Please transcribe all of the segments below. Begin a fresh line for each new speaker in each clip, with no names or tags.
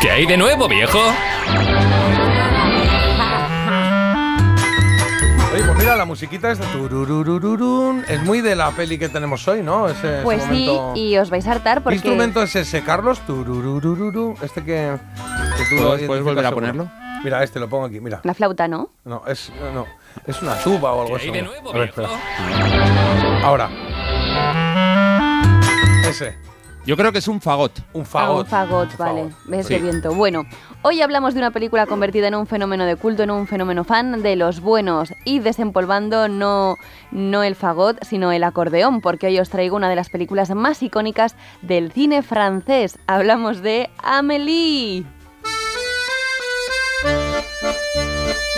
¿Qué hay de nuevo, viejo?
Oye, pues mira, la musiquita es de turururururun. Es muy de la peli que tenemos hoy, ¿no? Ese, ese
Pues sí,
momento.
y os vais a hartar
¿Qué
porque...
instrumento es ese, Carlos? Turururururu. Este que, que tú lo
¿Puedes-
identificas
puedes volver a
seguro.
ponerlo?
Mira, este lo pongo aquí, mira.
La flauta, ¿no?
No, es, no, no, es una tuba o
¿Qué
algo así.
hay de nuevo,
A ver,
viejo?
espera. Ahora. Ese,
Yo creo que es un fagot.
un
Ah,
fagot.
un fagot,
Un
vale. Ves qué
Sí.
viento. Bueno, hoy hablamos de una película convertida en un fenómeno de culto, en un fenómeno fan de los buenos y desempolvando no, no el fagot, sino el acordeón, porque hoy os traigo una de las películas más icónicas del cine francés. Hablamos de Amélie.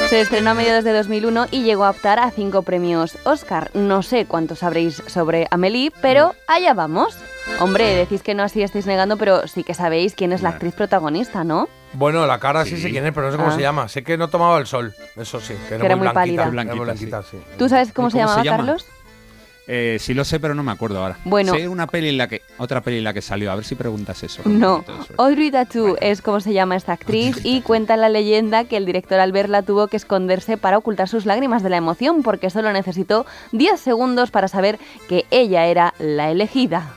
Se estrenó a mediados de 2001 y llegó a optar a cinco premios Oscar. No sé cuántos sabréis sobre Amélie, pero allá vamos. Hombre, decís que no así estáis negando, pero sí que sabéis quién es la actriz protagonista, ¿no?
Bueno, la cara sí
Sí.
sé quién es, pero no sé cómo
Ah.
se llama. Sé que no tomaba el sol, eso sí. Que era,
Que era muy
blanquita,
pálida.
era muy
Blanquita,
blanquita, sí.
¿Tú sabes cómo,
¿Y
se
cómo se
llamaba,
llama?
Carlos?
Eh, sí lo sé, pero no me acuerdo ahora.
Bueno.
Sé una peli en la que, otra peli en la que salió. A ver si preguntas eso.
Pues No,
Todo eso.
Audrey Tautou es como se llama esta actriz y cuenta la leyenda que el director al verla tuvo que esconderse para ocultar sus lágrimas de la emoción porque solo necesitó 10 segundos para saber que ella era la elegida.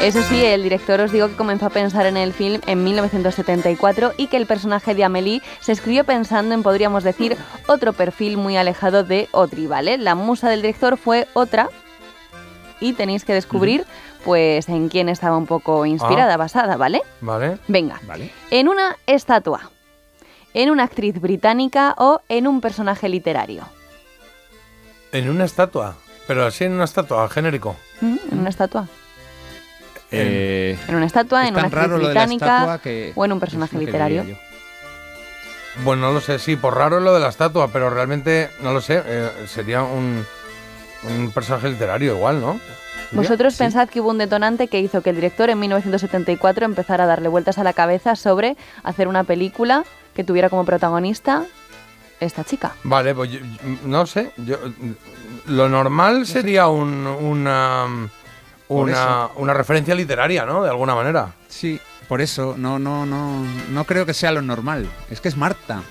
Eso sí, el director os digo que comenzó a pensar en el film en 1974 y que el personaje de Amélie se escribió pensando en, podríamos decir, otro perfil muy alejado de Audrey, ¿vale? La musa del director fue otra y tenéis que descubrir, pues, en quién estaba un poco
Ah.
inspirada, basada, ¿vale?
Vale.
Venga,
Vale.
en una estatua, en una actriz británica o en un personaje literario.
En una estatua. Pero así en una estatua, genérico.
¿Mm? En una estatua.
Eh,
En una estatua,
es
en una
tan
actriz
raro lo de la estatua
británica
que.
o en un
es
personaje
lo que
literario.
diría yo.
Bueno, no lo sé, sí, por raro es lo de la estatua, pero realmente, no lo sé, eh, sería un, un personaje literario igual, ¿no?
Vosotros pensad que hubo un detonante que hizo que el director en 1974 empezara a darle vueltas a la cabeza sobre hacer una película que tuviera como protagonista esta chica.
Vale, pues yo- yo- no sé, yo, lo normal sería un- una,
Por
una, una referencia literaria, ¿no? De alguna manera.
Sí, por eso. No, no, no. No creo que sea lo normal. Es que es Marta.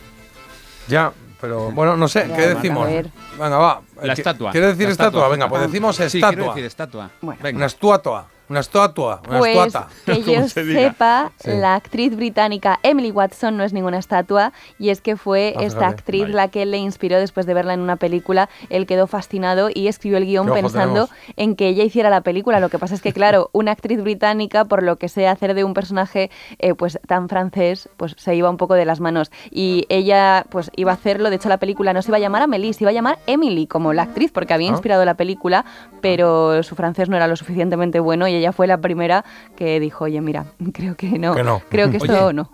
Ya, pero bueno, no sé,
Ya,
¿qué
bueno,
decimos?
a ver.
Venga, va.
La
Qui-
estatua.
Eh, ¿Quieres decir
La
estatua? Venga, pues
Ah.
decimos
Sí,
estatua.
quiero decir estatua.
Bueno.
Venga.
Una estatua, una estatua, una
Pues
estatua.
que
Como
yo
se diga.
sepa,
Sí.
la actriz británica Emily Watson no es ninguna estatua y es que fue
Ah,
esta
fíjate.
actriz
Vale.
la que le inspiró después de verla en una película. Él quedó fascinado y escribió el guión
Qué ojo
pensando en que ella hiciera la película. Lo que pasa es que, claro, una actriz británica, por lo que sea hacer de un personaje eh, pues tan francés, pues se iba un poco de las manos. Y ella pues iba a hacerlo. De hecho, la película no se iba a llamar Amélie, se iba a llamar Emily como la actriz, porque había
Ah.
inspirado la película, pero su francés no era lo suficientemente bueno y ella fue la primera que dijo, oye, mira, creo que no,
Que no.
creo que
Oye.
esto no.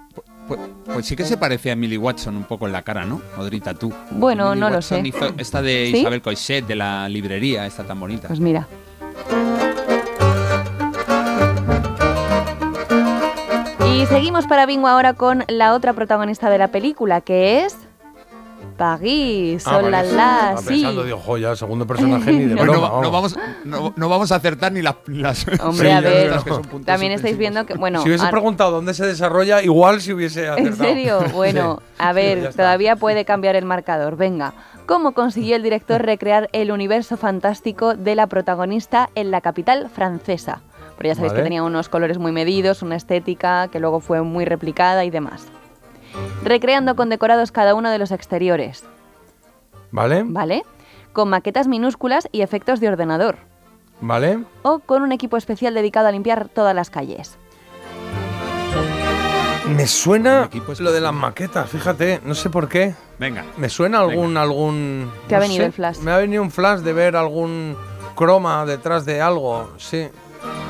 Pues, pues sí que se parece a Emily Watson un poco en la cara, ¿no? Odrita, tú.
Bueno,
Emily
no lo
Watson
sé.
hizo esta de
¿Sí?
Isabel Coixet, de la librería, esta tan bonita.
Pues mira, Y seguimos para Bingo ahora con la otra protagonista de la película, que es Paris.
Ah, vale,
hola,
sí.
la,
Estaba
sí.
pensando, digo, joya, segundo personaje ni de
Pero
broma.
Pues no, no vamos, no, no vamos a acertar ni las... las-
Hombre,
Sí,
a
yo
ver,
creo que
son puntos
también estáis
suspensivos.
viendo que, bueno,
si hubiese
a-
preguntado dónde se desarrolla, igual si hubiese acertado.
en serio, bueno, a
Ah, Sí, ya
ver,
está.
todavía puede cambiar el marcador, venga. ¿Cómo consiguió el director recrear el universo fantástico de la protagonista en la capital francesa? Pero ya sabéis que
Vale.
tenía unos colores muy medidos, una estética que luego fue muy replicada y demás. Recreando con decorados cada uno de los exteriores.
¿Vale?
¿vale? Con maquetas minúsculas y efectos de ordenador.
¿Vale?
O con un equipo especial dedicado a limpiar todas las calles.
Me
Un
suena
equipo
lo de
especial.
las maquetas, fíjate, no sé por qué.
Venga.
Me suena algún algún
Te ha
no
venido
sé,
el flash.
Me ha venido un flash de ver algún croma detrás de algo, sí.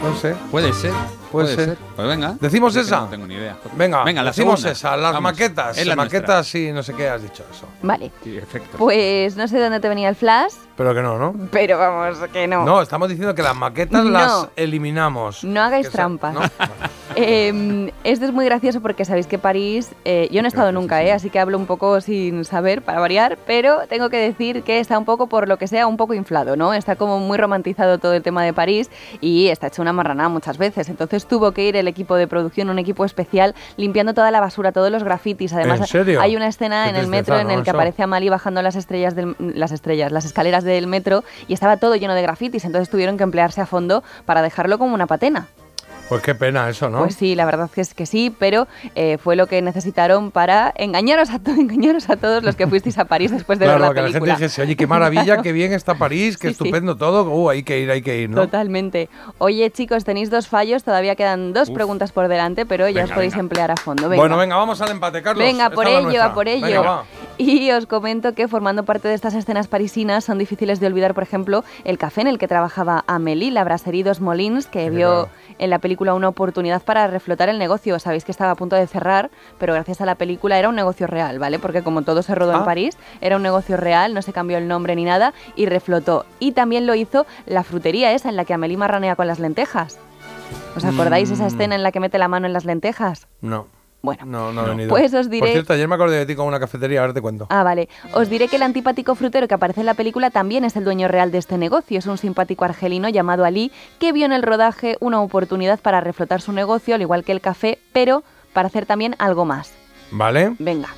No sé.
Puede ser.
Puede
Puede,
ser.
ser. Pues venga.
¿Decimos
Es que
esa?
No tengo ni idea.
Venga,
Venga, la
decimos
segunda.
esa, las
Vamos.
maquetas,
Es la
maquetas y no sé qué has dicho eso.
Vale.
nuestra. Sí, efecto.
Pues no sé dónde te venía el flash,
Pero que no, ¿no?
pero vamos, que no.
No, estamos diciendo que las maquetas
No.
las eliminamos.
No hagáis
Que se-
trampas.
¿no?
Eh, esto es muy gracioso porque sabéis que París, eh, yo no he estado nunca, eh, así que hablo un poco sin saber para variar, pero tengo que decir que está un poco, por lo que sea, un poco inflado, ¿no? Está como muy romantizado todo el tema de París y está hecho una marranada muchas veces. Entonces tuvo que ir el equipo de producción, un equipo especial, limpiando toda la basura, todos los grafitis. Además,
¿En serio?
hay una escena
Qué
en el
tristeza,
metro en
¿no?
el que
Eso.
aparece Amalie bajando las estrellas, del- las estrellas, las escaleras del metro y estaba todo lleno de grafitis. Entonces tuvieron que emplearse a fondo para dejarlo como una patena.
Pues qué pena eso, ¿no?
Pues sí, la verdad que es que sí, pero eh, fue lo que necesitaron para engañaros a, to- engañaros a todos los que fuisteis a París después de
claro,
ver la
que la
película.
gente dijese, oye, qué maravilla, qué bien está París, qué
Sí, sí.
estupendo todo, uh, hay que ir, hay que ir, ¿no?
Totalmente. Oye, chicos, tenéis dos fallos, todavía quedan dos preguntas por delante, pero ya os
Venga,
podéis
venga.
emplear a fondo. Venga.
Bueno, venga, vamos al empate, Carlos.
Venga,
Esta
por
es la
ello,
nuestra.
a por ello.
Venga, va.
Y os comento que formando parte de estas escenas parisinas son difíciles de olvidar, por ejemplo, el café en el que trabajaba Amélie, la brasserie dos Molins, que
Sí,
vio
claro.
en la película una oportunidad para reflotar el negocio. Sabéis que estaba a punto de cerrar, pero gracias a la película era un negocio real, ¿vale? Porque como todo se rodó en
Ah.
París, era un negocio real, no se cambió el nombre ni nada y reflotó. Y también lo hizo la frutería esa en la que Amélie marranea con las lentejas. ¿Os acordáis esa
Mm.
escena en la que mete la mano en las lentejas?
No,
Bueno,
no, no he venido.
Pues os diré-
Por cierto, ayer me acordé de ti con una cafetería, ahora te cuento.
Ah, vale. Os diré que el antipático frutero que aparece en la película también es el dueño real de este negocio. Es un simpático argelino llamado Ali que vio en el rodaje una oportunidad para reflotar su negocio, al igual que el café, pero para hacer también algo más.
¿Vale?
Venga.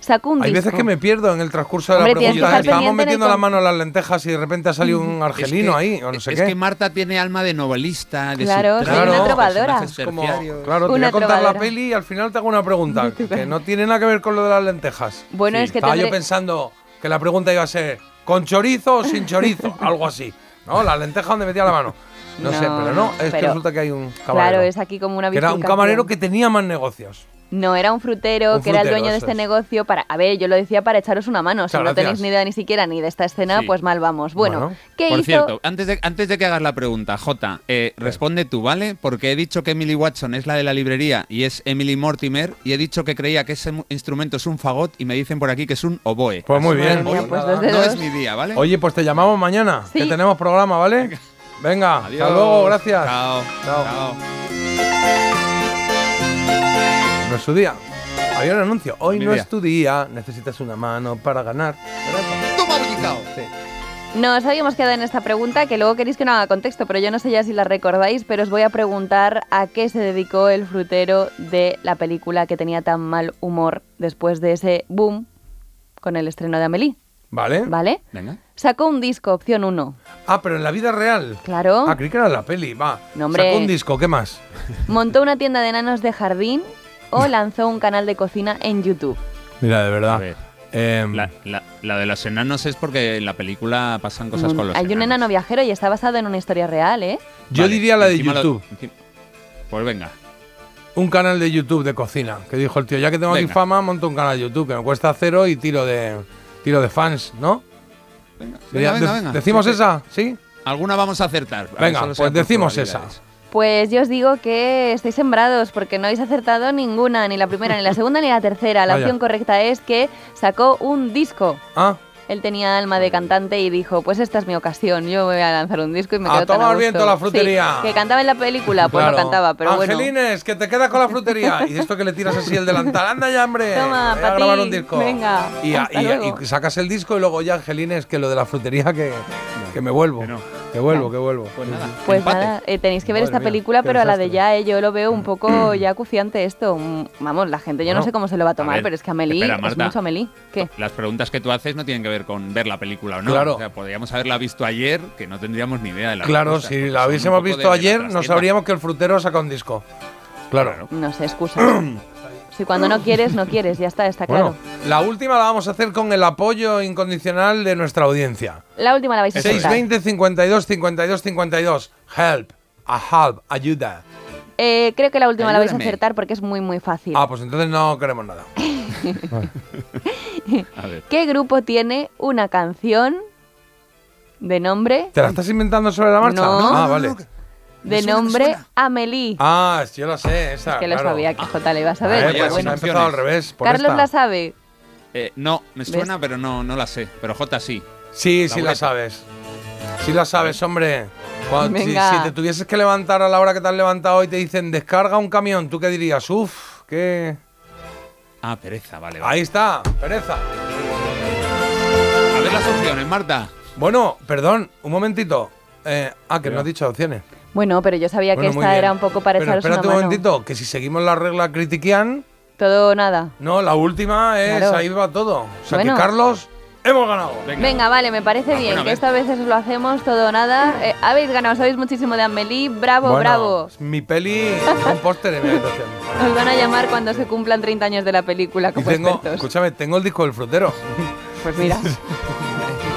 Sacó un
Hay
disco.
veces que me pierdo en el transcurso de
Hombre,
la
tienes que
pregunta.
estar
Estábamos
pendiente en el
metiendo la
con-
mano en las lentejas y de repente ha salido un
Es
argelino
que-
ahí, o no sé
es
qué.
que Marta tiene alma de novelista, de
Claro,
subtramas,
soy una
de
trovadora.
personajes
Es como,
terciarios.
claro, te voy
Una
a contar
trovadora.
la peli y al final te hago una pregunta que no tiene nada que ver con lo de las lentejas.
Bueno, es que
Estaba
tendré-
yo pensando que la pregunta iba a ser ¿con chorizo o sin chorizo? Algo así. No, la lenteja donde metía la mano. No, sé,
No,
pero no, es que
pero-
resulta que hay un camarero.
Claro, es aquí como una
que era un
bifurcación.
camarero que tenía más negocios.
No, era un frutero,
Un
que era el
frutero,
dueño de
eso
este
es.
negocio. Para, a ver, yo lo decía para echaros una mano. Si
Muchas
no tenéis
gracias.
ni idea ni siquiera ni de esta escena,
Sí.
pues mal vamos. Bueno,
Bueno.
¿qué
Por
hizo?
cierto, antes de, antes de que hagas la pregunta, Jota, eh, responde tú, ¿vale? Porque he dicho que Emily Watson es la de la librería y es Emily Mortimer, y he dicho que creía que ese mu- instrumento es un fagot, y me dicen por aquí que es un oboe.
Pues muy
Madre
bien.
mía, pues dos de
no
dos.
es mi día, ¿vale?
Oye, pues te llamamos mañana,
Sí.
que tenemos programa, ¿vale? Venga,
Adiós.
hasta luego, gracias.
Chao.
Chao. No es su día. Había un anuncio. Hoy
Mi
no
día.
es tu día, necesitas una mano para ganar. ¿Verdad?
Toma, Bullicao.
Sí.
Nos habíamos quedado en esta pregunta que luego queréis que no haga contexto, pero yo no sé ya si la recordáis, pero os voy a preguntar a qué se dedicó el frutero de la película que tenía tan mal humor después de ese boom con el estreno de Amélie,
¿Vale?
¿vale?
Venga.
Sacó un disco, opción 1.
Ah, pero en la vida real.
Claro.
Ah, creí que era la peli, va.
No, hombre.
Sacó un disco, ¿qué más?
Montó una tienda de enanos de jardín o lanzó un canal de cocina en YouTube.
Mira, de
A
verdad.
ver,
em,
la, la- la de los enanos es porque en la película pasan cosas
Mon-
con los
Mm, Hay un
enanos.
enano viajero y está basado en una historia real, ¿eh?
yo
Vale,
diría la de
encima lo-
YouTube.
enci- pues venga.
Un canal de YouTube de cocina. Que dijo el tío, ya que tengo aquí
Venga.
fama, monto un canal de YouTube que me cuesta cero y tiro de, tiro de fans, ¿no?
Venga, venga,
Diría-
venga,
de-
venga.
¿Decimos
Sí, sí.
esa? ¿Sí?
Alguna vamos a acertar. aunque
Venga,
solo
pues
sea por
decimos
probabilidades.
esa.
Pues yo os digo que estáis sembrados porque no habéis acertado ninguna, ni la primera, ni la segunda, ni la tercera. La
Vaya.
opción correcta es que sacó un disco.
Ah,
Él tenía alma de cantante y dijo, pues esta es mi ocasión, yo voy a lanzar un disco y me
A
quedo tan
tomar
gusto".
viento la frutería.
Sí, que cantaba en la película, pues
claro.
no cantaba, pero bueno.
Angelines, que te quedas con la frutería. y esto que le tiras así el delantal. Anda ya, hombre.
Toma,
voy a
pa'
grabar
ti.
un disco.
Venga,
Y, a-
hasta
y-
luego.
y sacas el disco y luego ya, Angelines, que lo de la frutería que, que me vuelvo. Que,
que no.
vuelvo, que vuelvo.
Pues nada.
Pues
empate.
nada, eh, tenéis que ver
Madre
esta
mía,
película,
qué
pero a la de
desastre. Mm.
ya, eh, yo lo veo un poco ya acuciante esto. Mm, Vamos, la gente, yo no
Bueno,
sé cómo se lo va a
a
tomar,
ver,
pero es que Amelie
espera,
es
Marta.
mucho Amelie. ¿Qué?
Las preguntas que tú haces no tienen que ver con ver la película o no.
Claro.
O sea, podríamos haberla visto ayer, que no tendríamos ni idea de la
Claro, si la hubiésemos visto ayer, no sabríamos que el frutero saca un disco. Claro.
Claro.
No sé, excusa. si cuando no quieres, no quieres, ya está, está claro.
Bueno, la última la vamos a hacer con el apoyo incondicional de nuestra audiencia.
La última la vais a
Eso es.
acertar.
620 52 52 52. Help. A help. Ayuda.
Eh, creo que la última la vais a
Ayúdame.
acertar porque es muy, muy fácil.
Ah, pues entonces no queremos nada.
A ver.
¿Qué grupo tiene una canción de nombre,
¿Te la estás inventando sobre la marcha?
No.
Ah, vale.
de
suena, me
nombre
suena.
Amelie?
Ah, yo la sé, esa.
Es que lo
claro.
sabía que Jota le iba a
Ah,
saber.
eh,
pero
vaya,
pues
bueno.
ha empezado al revés. por
Carlos
esta.
la sabe.
Eh, no, me suena, pero no, no la sé. Pero J sí.
Sí, sí la
boleta.
sabes. Sí la sabes, hombre. Cuando- si,
Venga.
si te tuvieses que levantar a la hora que te has levantado y te dicen descarga un camión, ¿tú qué dirías? Uf, qué.
Ah, pereza, vale. vale.
Ahí está, pereza.
A ver las opciones, Marta.
Bueno, perdón, un momentito. Eh, ah, que no has dicho opciones.
Bueno, pero yo sabía
Bueno,
que
muy
esta
bien.
era un poco para
Pero
echaros
espérate
una
un
mano.
momentito, que si seguimos la regla critiquian,
Todo o nada.
no, la última es
Claro.
ahí va todo. O sea
Bueno.
que Carlos, hemos ganado.
Venga, vale, me parece
bueno,
bien. que
a ver.
esta vez os lo hacemos todo o nada. Eh, habéis ganado, sabéis muchísimo de Amelie. Bravo,
Bueno,
bravo.
Mi peli con póster en mi habitación.
Os van a llamar cuando se cumplan 30 años de la película
Y
como
tengo,
expertos.
escúchame, tengo el disco del frutero.
Pues mira,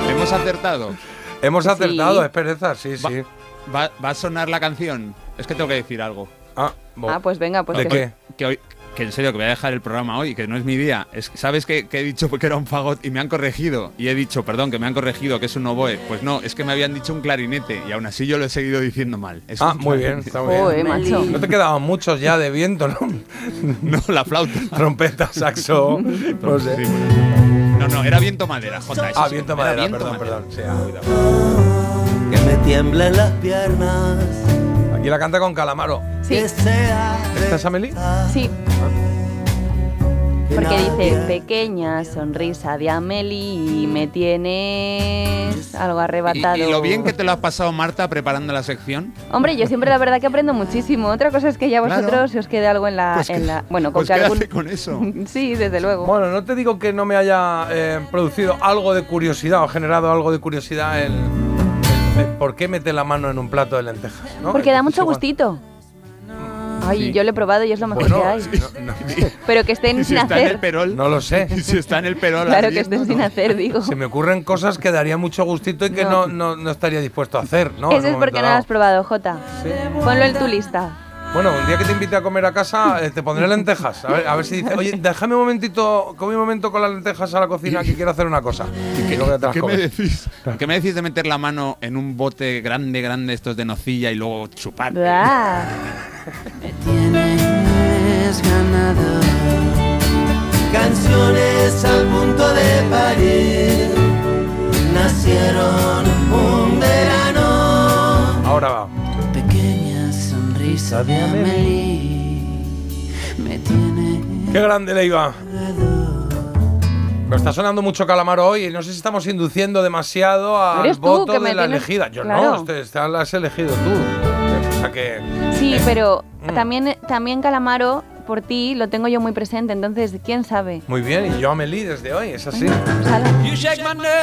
Hemos acertado.
Hemos
Sí.
acertado, es pereza, sí,
Va,
sí.
va- va a sonar la canción. Es que tengo que decir algo.
Ah, bo-
ah, pues venga, pues
¿De
que-
qué?
Que hoy. Que en serio, que voy a dejar el programa hoy, que no es mi día. Es- ¿Sabes que, que he dicho que era un fagot y me han corregido? Y he dicho, perdón, que me han corregido, que es un oboe. Pues no, es que me habían dicho un clarinete y aún así yo lo he seguido diciendo mal. Es
Ah,
un
muy bien,
clarinete.
está muy
Joder,
bien.
macho.
No te quedaban muchos ya de viento, ¿no?
No, la flauta.
Trompeta, saxo, no sé.
Sí, bueno. No, no, era viento madera, Jota. eso
Ah,
sí,
viento
era
madera,
viento
perdón,
madera.
perdón. Sí, ah, cuidado.
que me tiemblen las piernas,
ah, Aquí la canta con Calamaro.
Sí,
que sea de
¿Esta es Amelie?
sí. Porque dice,
nadie.
pequeña sonrisa de Amelie, me tienes algo
Y-
arrebatado.
Y, lo bien que te lo has pasado, Marta, preparando la sección.
Hombre, yo siempre la verdad que aprendo muchísimo. Otra cosa es que ya
Claro.
vosotros si os quede algo en la...
Pues
Ah, en
que-
la- bueno, con
pues
que
quédate
algún...
con eso.
Sí, desde luego.
Bueno, no te digo que no me haya eh, producido algo de curiosidad o generado algo de curiosidad el, el- el por qué meter la mano en un plato de lentejas. ¿no?
Porque da
Es
mucho
igual.
gustito. Ay,
Sí.
yo lo he probado y es lo mejor
Bueno,
que hay.
no,
Pero que estén
Y si
sin
está en el
hacer.
perol.
no lo sé.
Y si está en el perol.
Claro
allí,
que estén
no,
sin
no.
hacer, digo.
Se me ocurren cosas que daría mucho gustito y que
No.
no, no, no estaría dispuesto a hacer, ¿no? En
Eso
un
es
momento
porque no lo has
dado.
probado, Jota.
Sí.
Ponlo en tu lista.
Bueno, un día que te invite a comer a casa, eh, te pondré lentejas. A ver, a ver si dices, oye, déjame un momentito, come un momento con las lentejas a la cocina que quiero hacer una cosa.
¿Y
Y luego ya
¿Qué,
te las
qué me
comes.
decís? ¿Qué me decís de meter la mano en un bote grande, grande, estos de nocilla y luego chupar?
Ah. Buah.
tienes ganado. Canciones al punto de parir nacieron un verano.
Ahora va.
Pequeña sonrisa de Amelie me tiene
Qué grande le iba. Pero está sonando mucho calamaro hoy y no sé si estamos induciendo demasiado al
Eres tú
voto
que me
de la
tienes-
elegida. Yo
Claro.
no, usted, está, la has elegido tú. O sea que.
Sí, pero
Mm.
también, también Calamaro, por ti, lo tengo yo muy presente. Entonces, ¿quién sabe?
Muy bien, y yo a Amelie desde hoy, es así.
Sala.